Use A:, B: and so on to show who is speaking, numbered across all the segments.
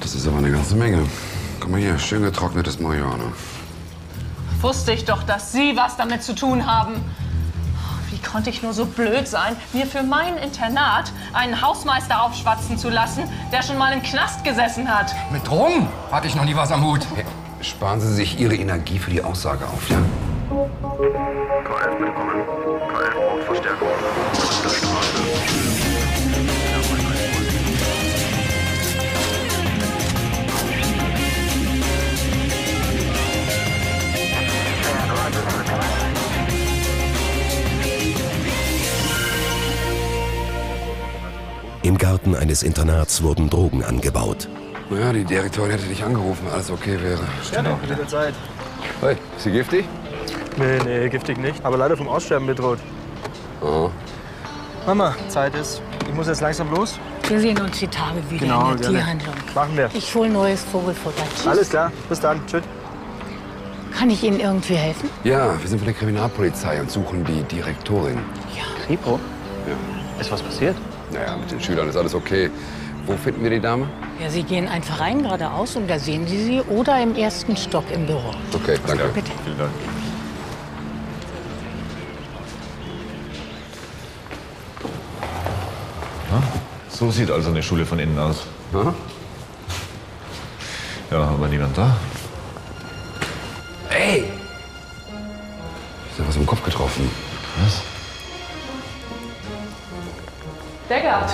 A: Das ist aber eine ganze Menge. Guck mal hier, schön getrocknetes Marihuana.
B: Wusste ich doch, dass Sie was damit zu tun haben. Wie konnte ich nur so blöd sein, mir für mein Internat einen Hausmeister aufschwatzen zu lassen, der schon mal im Knast gesessen hat?
C: Mit Drogen hatte ich noch nie was am Hut.
A: Hey, sparen Sie sich Ihre Energie für die Aussage auf, ja?
D: KF bitte kommen. KF braucht Verstärkung.
E: Im Garten eines Internats wurden Drogen angebaut.
A: Naja, die Direktorin hätte dich angerufen, wenn alles okay wäre.
F: Gerne, jederzeit.
A: Hey, ist sie giftig?
F: Genau. Nee, nee, giftig nicht. Aber leider vom Aussterben bedroht.
A: Oh.
F: Mama, Zeit ist. Ich muss jetzt langsam los.
G: Wir sehen uns die Tage wieder
F: Genau,
G: in der
F: gerne.
G: Tierhandlung.
F: Machen wir.
G: Ich hole neues Vogelfutter.
F: Alles klar, bis dann. Tschüss.
G: Kann ich Ihnen irgendwie helfen?
A: Ja, wir sind von der Kriminalpolizei und suchen die Direktorin.
H: Kripo? Ist was passiert?
A: Naja, mit den Schülern ist alles okay. Wo finden wir die Dame?
G: Ja, Sie gehen einfach rein geradeaus und da sehen Sie sie oder im ersten Stock im Büro.
A: Okay, danke.
G: Bitte.
I: So sieht also eine Schule von innen aus.
A: Aha.
I: Ja, aber niemand da.
A: Ey! Ist da was im Kopf getroffen?
I: Was?
B: Deckert,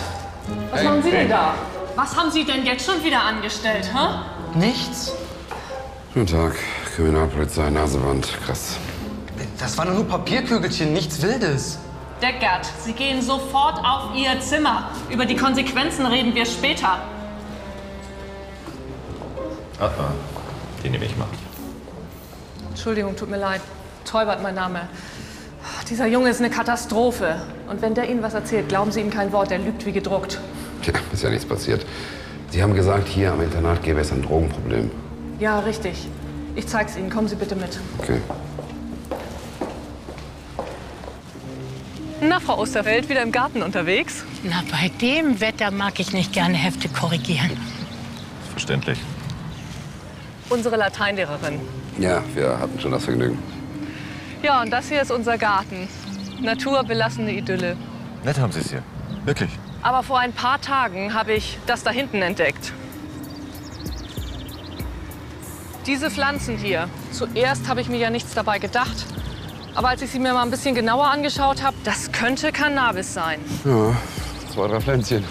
B: was machen Sie denn da? Was haben Sie denn jetzt schon wieder angestellt, hä?
C: Nichts.
A: Guten Tag, Kriminalpolizei, Nasewand. Krass.
C: Das waren doch nur Papierkügelchen, nichts Wildes.
B: Deckert, Sie gehen sofort auf Ihr Zimmer. Über die Konsequenzen reden wir später.
I: Ah, ah. Die nehme ich mal.
B: Entschuldigung, tut mir leid. Teubert mein Name. Dieser Junge ist eine Katastrophe. Und wenn der Ihnen was erzählt, glauben Sie ihm kein Wort. Er lügt wie gedruckt.
A: Tja, ist ja nichts passiert. Sie haben gesagt, hier am Internat gäbe es ein Drogenproblem.
B: Ja, richtig. Ich zeig's Ihnen. Kommen Sie bitte mit.
A: Okay.
B: Na, Frau Osterfeld, wieder im Garten unterwegs?
G: Na, bei dem Wetter mag ich nicht gerne Hefte korrigieren.
I: Verständlich.
B: Unsere Lateinlehrerin.
A: Ja, wir hatten schon das Vergnügen.
B: Ja, und das hier ist unser Garten. Naturbelassene Idylle.
I: Nett haben Sie es hier. Wirklich.
B: Aber vor ein paar Tagen habe ich das da hinten entdeckt. Diese Pflanzen hier. Zuerst habe ich mir ja nichts dabei gedacht. Aber als ich sie mir mal ein bisschen genauer angeschaut habe, das könnte Cannabis sein.
A: Ja, zwei, drei Pflänzchen.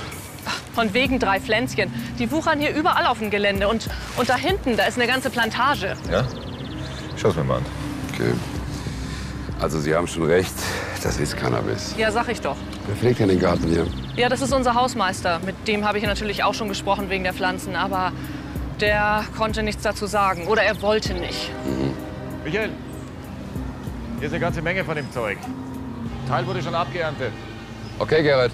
B: Von wegen drei Pflänzchen. Die wuchern hier überall auf dem Gelände. Und, und da hinten, da ist eine ganze Plantage.
I: Ja? Schau es mir mal an.
A: Okay. Also, Sie haben schon recht, das ist Cannabis.
B: Ja, sag ich doch.
A: Wer pflegt denn den Garten hier?
B: Ja, das ist unser Hausmeister. Mit dem habe ich natürlich auch schon gesprochen wegen der Pflanzen. Aber der konnte nichts dazu sagen. Oder er wollte nicht.
J: Michael, hier ist eine ganze Menge von dem Zeug. Ein Teil wurde schon abgeerntet.
A: Okay, Gerrit.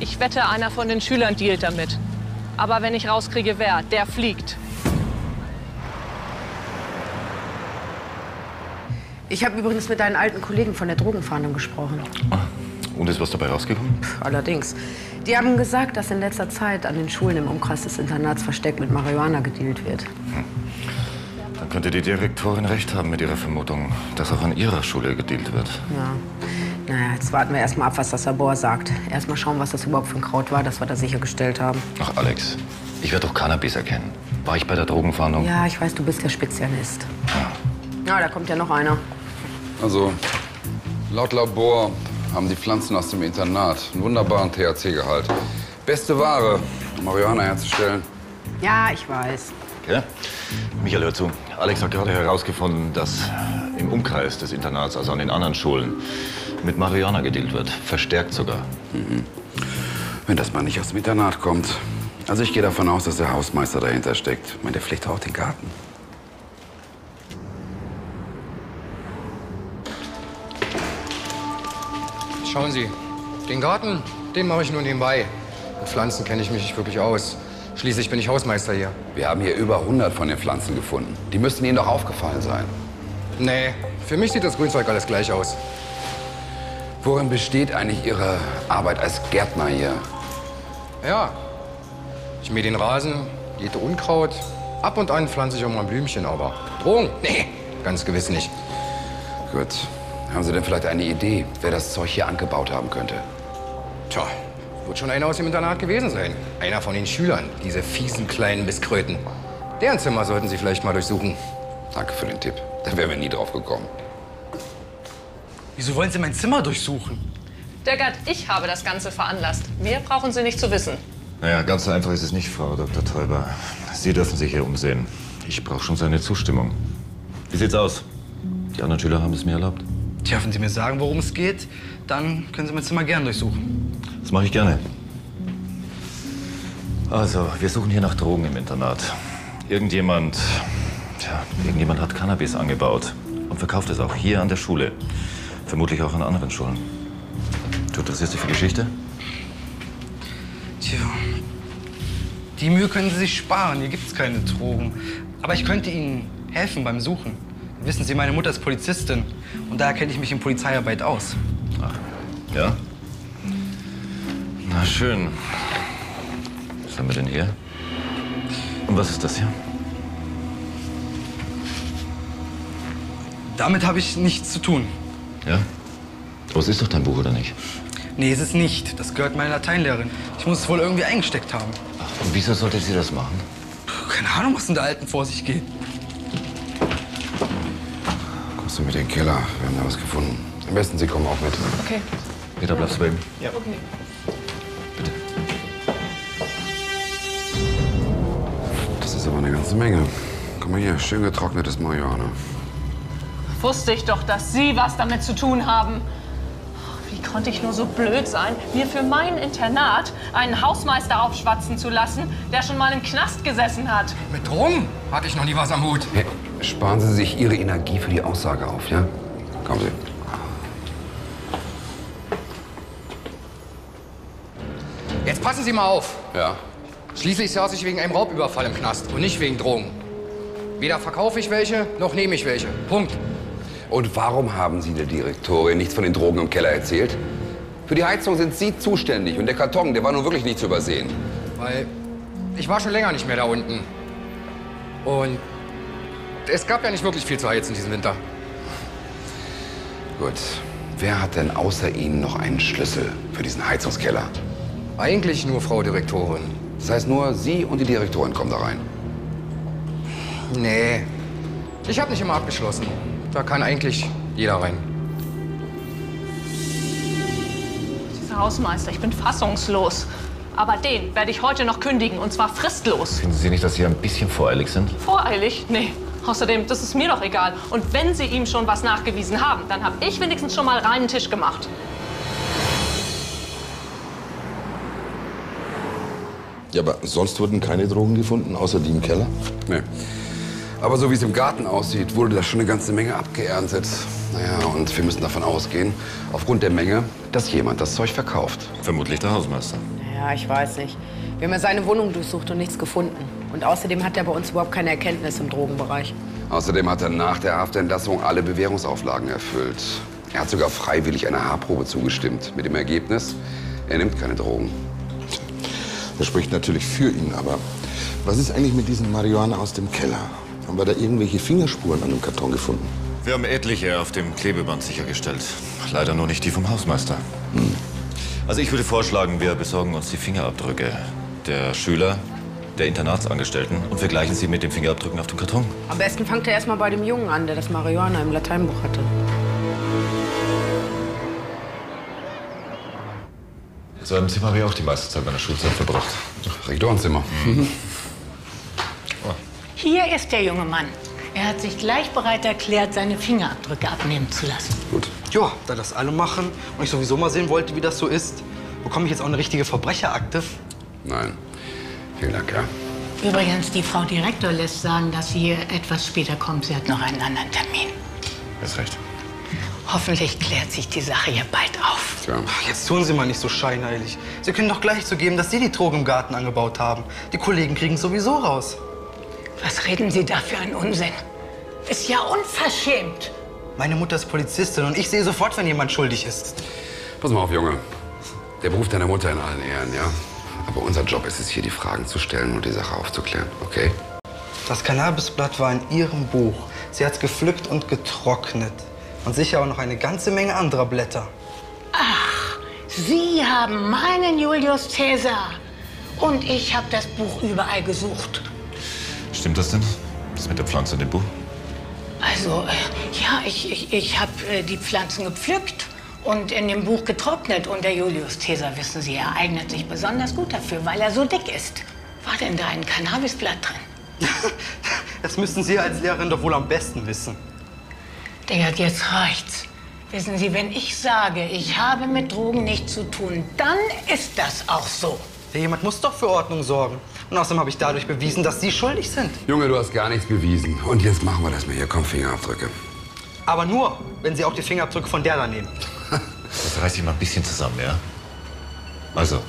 B: Ich wette, einer von den Schülern dealt damit. Aber wenn ich rauskriege, wer, der fliegt.
K: Ich habe übrigens mit deinen alten Kollegen von der Drogenfahndung gesprochen.
I: Und ist was dabei rausgekommen?
K: Allerdings. Die haben gesagt, dass in letzter Zeit an den Schulen im Umkreis des Internats versteckt mit Marihuana gedealt wird.
I: Dann könnte die Direktorin recht haben mit ihrer Vermutung, dass auch an ihrer Schule gedealt wird.
K: Ja. Naja, jetzt warten wir erstmal ab, was das Labor sagt. Erstmal schauen, was das überhaupt für ein Kraut war, das wir da sichergestellt haben.
H: Ach, Alex, ich werde doch Cannabis erkennen. War ich bei der Drogenfahndung?
K: Ja, ich weiß, du bist der Spezialist. Na, da kommt ja noch einer.
A: Also, laut Labor haben die Pflanzen aus dem Internat einen wunderbaren THC-Gehalt. Beste Ware, um Marihuana herzustellen.
K: Ja, ich weiß.
I: Ja? Michael, hör zu. Alex hat gerade herausgefunden, dass im Umkreis des Internats, also an den anderen Schulen, mit Marihuana gedealt wird. Verstärkt sogar.
A: Wenn das mal nicht aus dem Internat kommt. Also, ich gehe davon aus, dass der Hausmeister dahinter steckt. Ich meine, der pflegt auch den Garten.
C: Schauen Sie, den Garten, den mache ich nur nebenbei. Mit Pflanzen kenne ich mich nicht wirklich aus. Schließlich bin ich Hausmeister hier.
A: Wir haben hier über 100 von den Pflanzen gefunden. Die müssten Ihnen doch aufgefallen sein.
C: Nee, für mich sieht das Grünzeug alles gleich aus.
A: Worin besteht eigentlich Ihre Arbeit als Gärtner hier?
C: Ja, ich mähe den Rasen, Jete Unkraut. Ab und an pflanze ich auch mal ein Blümchen, aber Drogen? Nee, ganz gewiss nicht.
A: Gut. Haben Sie denn vielleicht eine Idee, wer das Zeug hier angebaut haben könnte?
C: Tja, wird schon einer aus dem Internat gewesen sein. Einer von den Schülern, diese fiesen kleinen Misskröten. Deren Zimmer sollten Sie vielleicht mal durchsuchen.
A: Danke für den Tipp. Da wären wir nie drauf gekommen.
L: Wieso wollen Sie mein Zimmer durchsuchen?
B: Deckert, ich habe das Ganze veranlasst. Mehr brauchen Sie nicht zu wissen.
I: Naja, ganz so einfach ist es nicht, Frau Dr. Teuber. Sie dürfen sich hier umsehen. Ich brauche schon seine Zustimmung. Wie sieht's aus? Die anderen Schüler haben es mir erlaubt.
L: Tja, wenn Sie mir sagen, worum es geht, dann können Sie mein Zimmer gern durchsuchen.
I: Das mache ich gerne. Also, wir suchen hier nach Drogen im Internat. Irgendjemand, tja, irgendjemand hat Cannabis angebaut und verkauft es auch hier an der Schule. Vermutlich auch an anderen Schulen. Du interessierst dich für Geschichte?
L: Tja, die Mühe können Sie sich sparen. Hier gibt's keine Drogen. Aber ich könnte Ihnen helfen beim Suchen. Wissen Sie, meine Mutter ist Polizistin und daher kenne ich mich in Polizeiarbeit aus.
I: Ja? Na schön. Was haben wir denn hier? Und was ist das hier?
L: Damit habe ich nichts zu tun.
I: Ja? Aber es ist doch dein Buch, oder nicht?
L: Nee, ist es nicht. Das gehört meiner Lateinlehrerin. Ich muss es wohl irgendwie eingesteckt haben.
I: Und wieso sollte sie das machen?
L: Puh, keine Ahnung, was in der Alten vor sich geht.
A: Kommst du mit in den Keller? Wir haben da was gefunden. Am besten, Sie kommen auch mit.
B: Okay.
I: Peter, bleibst du bei ihm?
B: Ja. Okay.
A: Das ist aber eine ganze Menge. Guck mal hier, schön getrocknetes Marihuana.
B: Wusste ich doch, dass Sie was damit zu tun haben. Wie konnte ich nur so blöd sein, mir für mein Internat einen Hausmeister aufschwatzen zu lassen, der schon mal im Knast gesessen hat?
C: Mit Drogen hatte ich noch nie was am Hut.
A: Hey, sparen Sie sich Ihre Energie für die Aussage auf, ja? Kommen Sie.
C: Jetzt passen Sie mal auf.
A: Ja.
C: Schließlich saß ich wegen einem Raubüberfall im Knast und nicht wegen Drogen. Weder verkaufe ich welche, noch nehme ich welche. Punkt.
A: Und warum haben Sie der Direktorin nichts von den Drogen im Keller erzählt? Für die Heizung sind Sie zuständig und der Karton, der war nun wirklich nicht zu übersehen.
C: Weil ich war schon länger nicht mehr da unten. Und es gab ja nicht wirklich viel zu heizen diesen Winter.
A: Gut. Wer hat denn außer Ihnen noch einen Schlüssel für diesen Heizungskeller?
C: Eigentlich nur Frau Direktorin.
A: Das heißt nur, Sie und die Direktorin kommen da rein.
C: Nee. Ich habe nicht immer abgeschlossen. Da kann eigentlich jeder rein.
B: Dieser Hausmeister, ich bin fassungslos. Aber den werde ich heute noch kündigen und zwar fristlos.
I: Finden Sie nicht, dass Sie ein bisschen voreilig sind?
B: Voreilig? Nee. Außerdem, das ist mir doch egal. Und wenn Sie ihm schon was nachgewiesen haben, dann habe ich wenigstens schon mal reinen Tisch gemacht.
M: Ja, aber sonst wurden keine Drogen gefunden, außer die im Keller?
A: Nee. Aber so wie es im Garten aussieht, wurde da schon eine ganze Menge abgeerntet. Naja, und wir müssen davon ausgehen, aufgrund der Menge, dass jemand das Zeug verkauft.
I: Vermutlich der Hausmeister.
K: Ja, ich weiß nicht. Wir haben ja seine Wohnung durchsucht und nichts gefunden. Und außerdem hat er bei uns überhaupt keine Erkenntnis im Drogenbereich.
A: Außerdem hat er nach der Haftentlassung alle Bewährungsauflagen erfüllt. Er hat sogar freiwillig einer Haarprobe zugestimmt. Mit dem Ergebnis, er nimmt keine Drogen.
M: Das spricht natürlich für ihn, aber was ist eigentlich mit diesem Marihuana aus dem Keller? Haben wir da irgendwelche Fingerspuren an dem Karton gefunden?
I: Wir haben etliche auf dem Klebeband sichergestellt. Leider nur nicht die vom Hausmeister.
M: Hm.
I: Also ich würde vorschlagen, wir besorgen uns die Fingerabdrücke der Schüler, der Internatsangestellten und vergleichen sie mit den Fingerabdrücken auf dem Karton.
K: Am besten fangt er erstmal bei dem Jungen an, der das Marihuana im Lateinbuch hatte.
I: So im Zimmer habe ich auch die meiste Zeit meiner Schulzeit verbracht.
A: Rektorenzimmer.
G: Hier ist der junge Mann. Er hat sich gleich bereit erklärt, seine Fingerabdrücke abnehmen zu lassen.
L: Ja, da das alle machen und ich sowieso mal sehen wollte, wie das so ist, bekomme ich jetzt auch eine richtige Verbrecherakte.
A: Nein. Vielen Dank, ja.
G: Übrigens, die Frau Direktor lässt sagen, dass sie hier etwas später kommt. Sie hat noch einen anderen Termin.
I: Ist recht.
G: Hoffentlich klärt sich die Sache hier bald auf.
L: Ach, Jetzt tun Sie mal nicht so scheinheilig. Sie können doch gleich zugeben, dass Sie die Drogen im Garten angebaut haben. Die Kollegen kriegen es sowieso raus.
G: Was reden Sie da für einen Unsinn? Ist ja unverschämt.
L: Meine Mutter ist Polizistin und ich sehe sofort, wenn jemand schuldig ist.
A: Pass mal auf, Junge. Der Beruf deiner Mutter in allen Ehren, ja? Aber unser Job ist es hier, die Fragen zu stellen und die Sache aufzuklären, okay?
L: Das Cannabisblatt war in ihrem Buch. Sie hat es gepflückt und getrocknet. Und sicher auch noch eine ganze Menge anderer Blätter.
G: Sie haben meinen Julius Caesar. Und ich habe das Buch überall gesucht.
I: Stimmt das denn? Das mit der Pflanze in dem Buch?
G: Also, äh, ja, ich, ich, ich habe äh, die Pflanzen gepflückt und in dem Buch getrocknet. Und der Julius Caesar, wissen Sie, er eignet sich besonders gut dafür, weil er so dick ist. War denn da ein Cannabisblatt drin?
L: Das müssten Sie als Lehrerin doch wohl am besten wissen.
G: Digga, jetzt reicht's. Wissen Sie, wenn ich sage, ich habe mit Drogen nichts zu tun, dann ist das auch so.
L: Ja, jemand muss doch für Ordnung sorgen. Und außerdem habe ich dadurch bewiesen, dass Sie schuldig sind.
A: Junge, du hast gar nichts bewiesen. Und jetzt machen wir das mal hier. Komm, Fingerabdrücke.
L: Aber nur, wenn Sie auch die Fingerabdrücke von der da nehmen.
I: Das reiß ich mal ein bisschen zusammen, ja? Also,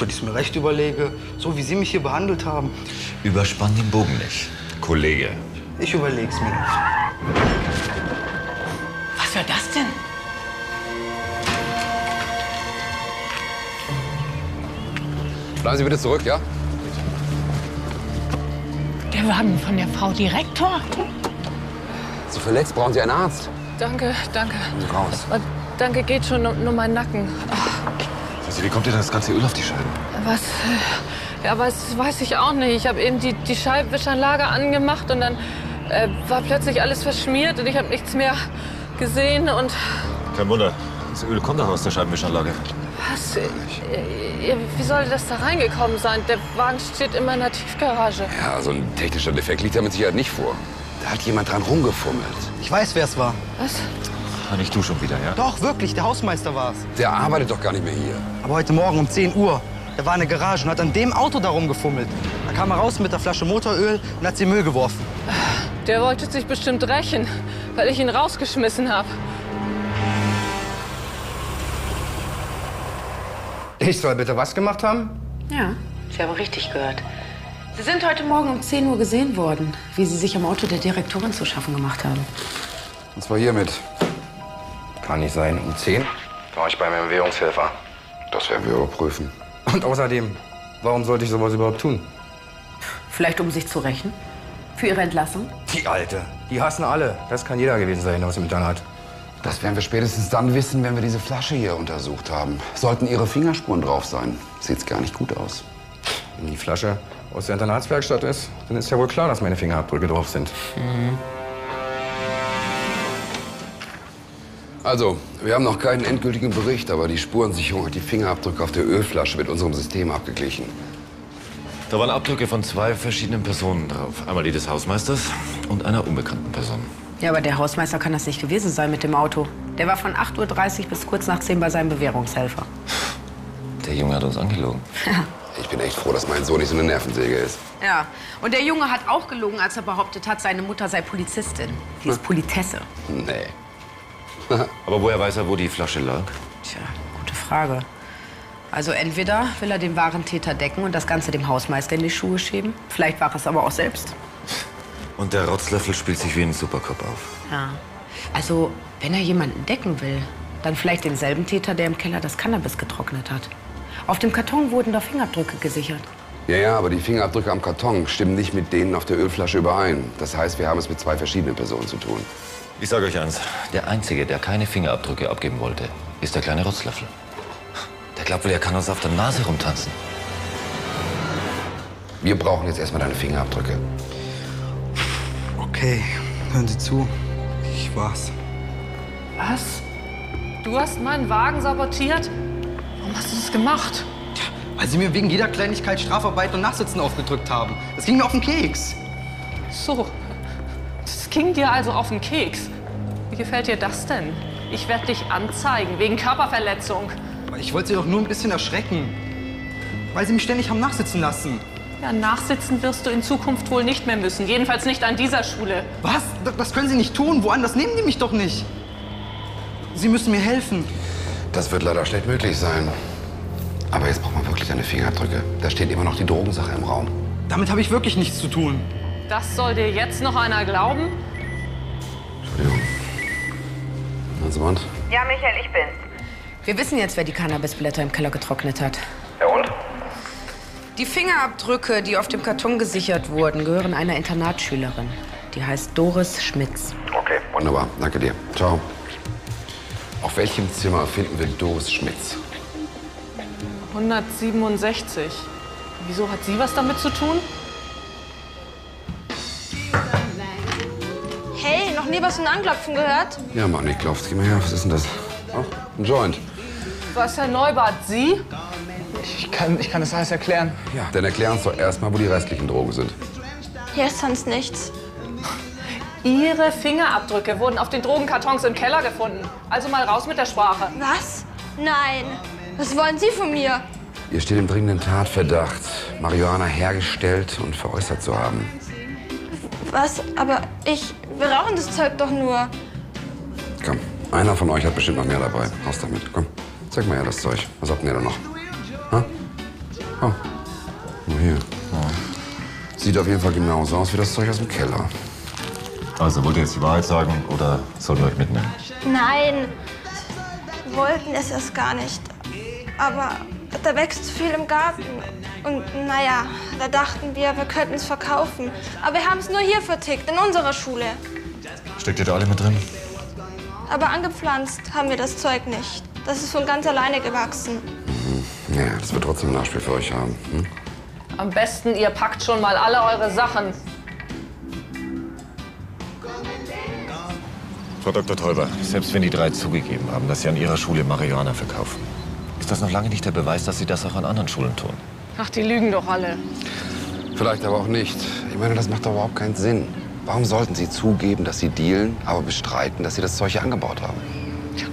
L: Wenn ich es mir recht überlege, so wie Sie mich hier behandelt haben,
I: überspann den Bogen nicht, Kollege.
L: ich überlege es mir nicht.
G: Was war das denn?
A: Bleiben Sie bitte zurück, ja?
G: Der Wagen von der Frau Direktor?
A: Sie verletzt, brauchen Sie einen Arzt.
B: Danke, danke.
A: Raus.
B: Und danke geht schon, nur, nur mein Nacken.
I: Also, wie kommt dir das ganze Öl auf die Scheiben?
B: Was? äh, Ja, aber das weiß ich auch nicht. Ich habe eben die, die Scheibenwischanlage angemacht und dann äh, war plötzlich alles verschmiert und ich habe nichts mehr gesehen und
I: Kein Wunder, das Öl kommt doch aus der Scheibenwischanlage.
B: was? Äh, äh, Wie soll das da reingekommen sein? Der Wagen steht in meiner Tiefgarage.
A: Ja, so ein technischer Defekt liegt da mit Sicherheit nicht vor. Da hat jemand dran rumgefummelt.
L: Ich weiß, wer es war.
B: Was?
I: Nicht du schon wieder, ja?
L: Doch, wirklich, der Hausmeister war es.
A: Der arbeitet doch gar nicht mehr hier.
L: Aber heute Morgen um 10 Uhr, er war in der Garage und hat an dem Auto darum gefummelt. Da kam er raus mit der Flasche Motoröl und hat sie in den Müll geworfen.
B: Der wollte sich bestimmt rächen, weil ich ihn rausgeschmissen habe.
C: Ich soll bitte was gemacht haben?
K: Ja, ich habe richtig gehört. Sie sind heute Morgen um 10 Uhr gesehen worden, wie Sie sich am Auto der Direktorin zu schaffen gemacht haben.
A: Und zwar hiermit.
C: Kann nicht sein. Um 10 war ich bei meinem Währungshelfer.
A: Das werden wir überprüfen.
C: Und außerdem, warum sollte ich sowas überhaupt tun?
K: Vielleicht um sich zu rächen? Für Ihre Entlassung?
C: Die Alte. Die hassen alle. Das kann jeder gewesen sein aus dem Internat.
A: Das werden wir spätestens dann wissen, wenn wir diese Flasche hier untersucht haben. Sollten Ihre Fingerspuren drauf sein, sieht's gar nicht gut aus.
C: Wenn die Flasche aus der Internatswerkstatt ist, dann ist ja wohl klar, dass meine Fingerabdrücke drauf sind.
A: Mhm. Also, wir haben noch keinen endgültigen Bericht, aber die Spurensicherung hat die Fingerabdrücke auf der Ölflasche mit unserem System abgeglichen.
I: Da waren Abdrücke von zwei verschiedenen Personen drauf. Einmal die des Hausmeisters und einer unbekannten Person.
K: Ja, aber der Hausmeister kann das nicht gewesen sein mit dem Auto. Der war von 8.30 Uhr bis kurz nach 10 bei seinem Bewährungshelfer.
I: Der Junge hat uns angelogen.
A: Ich bin echt froh, dass mein Sohn nicht so eine Nervensäge ist.
K: Ja, und der Junge hat auch gelogen, als er behauptet hat, seine Mutter sei Polizistin. Die ist Politesse.
A: Nee.
I: Aber woher weiß er, wo die Flasche lag?
K: Tja, gute Frage. Also entweder will er den wahren Täter decken und das Ganze dem Hausmeister in die Schuhe schieben. Vielleicht war er es aber auch selbst.
I: Und der Rotzlöffel spielt sich wie ein Supercop auf.
K: Ja. Also, wenn er jemanden decken will, dann vielleicht denselben Täter, der im Keller das Cannabis getrocknet hat. Auf dem Karton wurden da Fingerabdrücke gesichert.
A: Ja, ja, aber die Fingerabdrücke am Karton stimmen nicht mit denen auf der Ölflasche überein. Das heißt, wir haben es mit zwei verschiedenen Personen zu tun.
I: Ich sage euch eins, der Einzige, der keine Fingerabdrücke abgeben wollte, ist der kleine Rotzlöffel. Der glaubt wohl, er kann uns auf der Nase rumtanzen.
A: Wir brauchen jetzt erstmal deine Fingerabdrücke.
L: Okay, hören Sie zu. Ich war's.
B: Was? Du hast meinen Wagen sabotiert? Warum hast du das gemacht?
L: Weil Sie mir wegen jeder Kleinigkeit Strafarbeit und Nachsitzen aufgedrückt haben. Das ging mir auf den Keks.
B: So, das ging dir also auf den Keks. Wie gefällt dir das denn? Ich werde dich anzeigen wegen Körperverletzung.
L: Aber Ich wollte Sie doch nur ein bisschen erschrecken. Weil Sie mich ständig haben nachsitzen lassen.
B: Ja, nachsitzen wirst du in Zukunft wohl nicht mehr müssen. Jedenfalls nicht an dieser Schule.
L: Was? D- Das können Sie nicht tun. Woanders nehmen die mich doch nicht. Sie müssen mir helfen.
A: Das wird leider schlecht möglich sein. Aber jetzt braucht man wirklich deine Fingerabdrücke. Da steht immer noch die Drogensache im Raum.
L: Damit habe ich wirklich nichts zu tun.
B: Das soll dir jetzt noch einer glauben?
A: Entschuldigung. Also, Mann,
N: Ja, Michael, ich bin's.
K: Wir wissen jetzt, wer die Cannabisblätter im Keller getrocknet hat.
A: Ja und?
K: Die Fingerabdrücke, die auf dem Karton gesichert wurden, gehören einer Internatsschülerin. Die heißt Doris Schmitz.
A: Okay, wunderbar. Danke dir. Ciao. Auf welchem Zimmer finden wir Doris Schmitz?
B: 167. Wieso hat sie was damit zu tun?
N: Hey, noch nie was von Anklopfen gehört?
A: Ja, Mann, ich glaub's. Gib mal her. Was ist denn das? Ach, ein Joint.
B: Was, Herr Neubart, Sie?
A: Ich kann, ich kann das alles erklären. Ja, dann erklär uns doch erstmal, wo die restlichen Drogen sind.
N: Hier ist sonst nichts.
B: Ihre Fingerabdrücke wurden auf den Drogenkartons im Keller gefunden. Also mal raus mit der Sprache.
N: Was? Nein. Was wollen Sie von mir?
A: Ihr steht im dringenden Tatverdacht, Marihuana hergestellt und veräußert zu haben.
N: Was? Aber ich. Wir rauchen das Zeug doch nur.
A: Komm, einer von euch hat bestimmt noch mehr dabei. Raus damit, komm. Zeig mal her das Zeug. Was habt ihr da noch? Ha? Oh. Nur hier. Sieht auf jeden Fall genauso aus wie das Zeug aus dem Keller.
I: Also wollt ihr jetzt die Wahrheit sagen oder sollen wir euch mitnehmen?
N: Nein. Wir wollten es erst gar nicht. Aber da wächst zu viel im Garten. Und naja, da dachten wir, wir könnten es verkaufen. Aber wir haben es nur hier vertickt, in unserer Schule.
I: Steckt ihr da alle mit drin?
N: Aber angepflanzt haben wir das Zeug nicht. Das ist von ganz alleine gewachsen.
A: Ja, das wird trotzdem ein Nachspiel für euch haben. Hm?
B: Am besten, ihr packt schon mal alle eure Sachen.
I: Frau Dr. Teuber, selbst wenn die drei zugegeben haben, dass sie an ihrer Schule Marihuana verkaufen, ist das noch lange nicht der Beweis, dass sie das auch an anderen Schulen tun.
B: Ach, die lügen doch alle.
A: Hm? Vielleicht aber auch nicht. Ich meine, das macht doch überhaupt keinen Sinn. Warum sollten sie zugeben, dass sie dealen, aber bestreiten, dass sie das Zeug hier angebaut haben?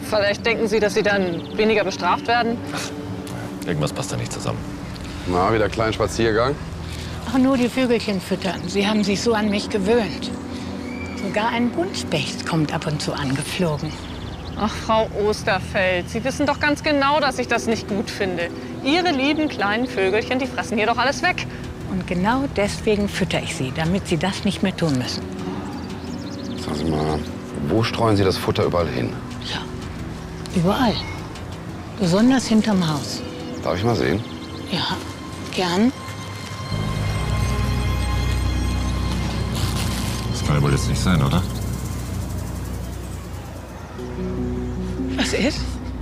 B: Vielleicht denken sie, dass sie dann weniger bestraft werden.
I: Irgendwas passt da nicht zusammen.
A: Na, wieder kleinen Spaziergang.
G: Auch nur die Vögelchen füttern. Sie haben sich so an mich gewöhnt. Sogar ein Buntspecht kommt ab und zu angeflogen.
B: Ach, Frau Osterfeld, Sie wissen doch ganz genau, dass ich das nicht gut finde. Ihre lieben kleinen Vögelchen, die fressen hier doch alles weg.
G: Und genau deswegen fütter ich sie, damit sie das nicht mehr tun müssen.
A: Sagen Sie mal, wo streuen Sie das Futter überall hin?
G: Überall. Besonders hinterm Haus.
A: Darf ich mal sehen?
G: Ja, gern.
I: Das kann ja wohl jetzt nicht sein, oder?
G: Was ist?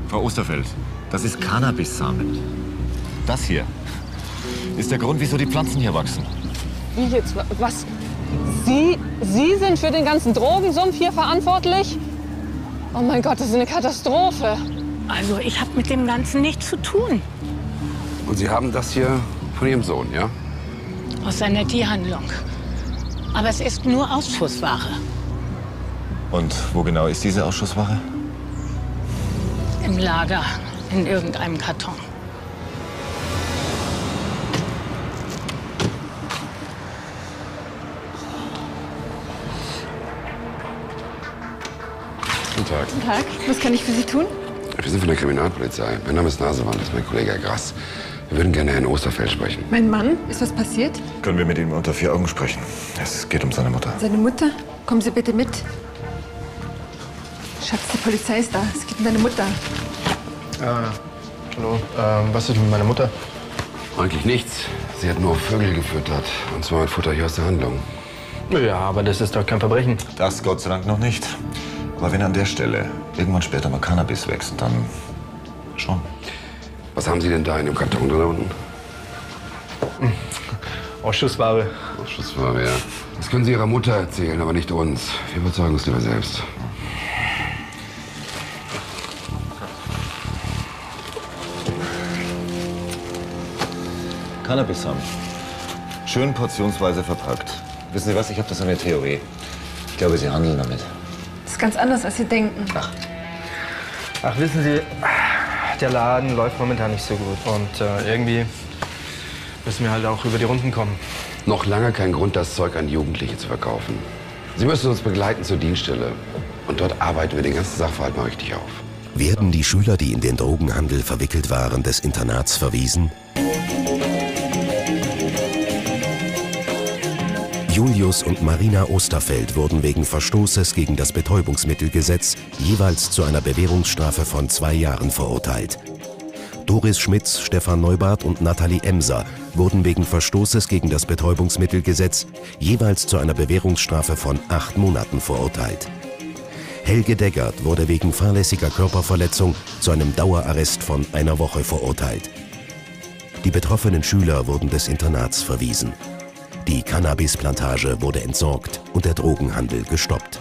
I: Frau Osterfeld, das ist Cannabissamen. Das hier ist der Grund, wieso die Pflanzen hier wachsen.
B: Wie jetzt? Wa- Was? Sie, Sie sind für den ganzen Drogensumpf hier verantwortlich? Oh mein Gott, das ist eine Katastrophe.
G: Also, ich habe mit dem Ganzen nichts zu tun.
A: Und Sie haben das hier von Ihrem Sohn, ja?
G: Aus seiner Tierhandlung. Aber es ist nur Ausschussware.
I: Und wo genau ist diese Ausschussware?
G: Im Lager, in irgendeinem Karton.
A: Guten Tag.
O: Guten Tag, was kann ich für Sie tun?
A: Wir sind von der Kriminalpolizei. Mein Name ist Nasewand, das ist mein Kollege Herr Grass. Wir würden gerne Herrn Osterfeld sprechen.
O: Mein Mann, ist was passiert?
I: Können wir mit ihm unter vier Augen sprechen? Es geht um seine Mutter.
O: Seine Mutter? Kommen Sie bitte mit. Schatz, die Polizei ist da. Es geht um deine Mutter.
F: Äh, hallo, ähm, was ist mit meiner Mutter?
A: Eigentlich nichts. Sie hat nur Vögel gefüttert. Und zwar ein Futter hier aus der Handlung.
F: Ja, aber das ist doch kein Verbrechen.
I: Das Gott sei Dank noch nicht. Aber wenn an der Stelle irgendwann später mal Cannabis wächst, dann schon.
A: Was haben Sie denn da in dem Karton drin unten?
F: Ausschussware.
A: Ausschussware, ja. Das können Sie Ihrer Mutter erzählen, aber nicht uns. Wir überzeugen uns lieber selbst.
I: Cannabis haben. Schön portionsweise verpackt. Wissen Sie was? Ich habe das eine Theorie. Ich glaube, Sie handeln damit.
O: Das ist ganz anders, als Sie denken.
F: Ach, wissen Sie, der Laden läuft momentan nicht so gut. Und äh, irgendwie müssen wir halt auch über die Runden kommen.
A: Noch lange kein Grund, das Zeug an Jugendliche zu verkaufen. Sie müssen uns begleiten zur Dienststelle. Und dort arbeiten wir den ganzen Sachverhalt mal richtig auf.
E: Werden die Schüler, die in den Drogenhandel verwickelt waren, des Internats verwiesen? Julius und Marina Osterfeld wurden wegen Verstoßes gegen das Betäubungsmittelgesetz jeweils zu einer Bewährungsstrafe von zwei Jahren verurteilt. Doris Schmitz, Stefan Neubart und Nathalie Emser wurden wegen Verstoßes gegen das Betäubungsmittelgesetz jeweils zu einer Bewährungsstrafe von acht Monaten verurteilt. Helge Deggert wurde wegen fahrlässiger Körperverletzung zu einem Dauerarrest von einer Woche verurteilt. Die betroffenen Schüler wurden des Internats verwiesen. Die Cannabisplantage wurde entsorgt und der Drogenhandel gestoppt.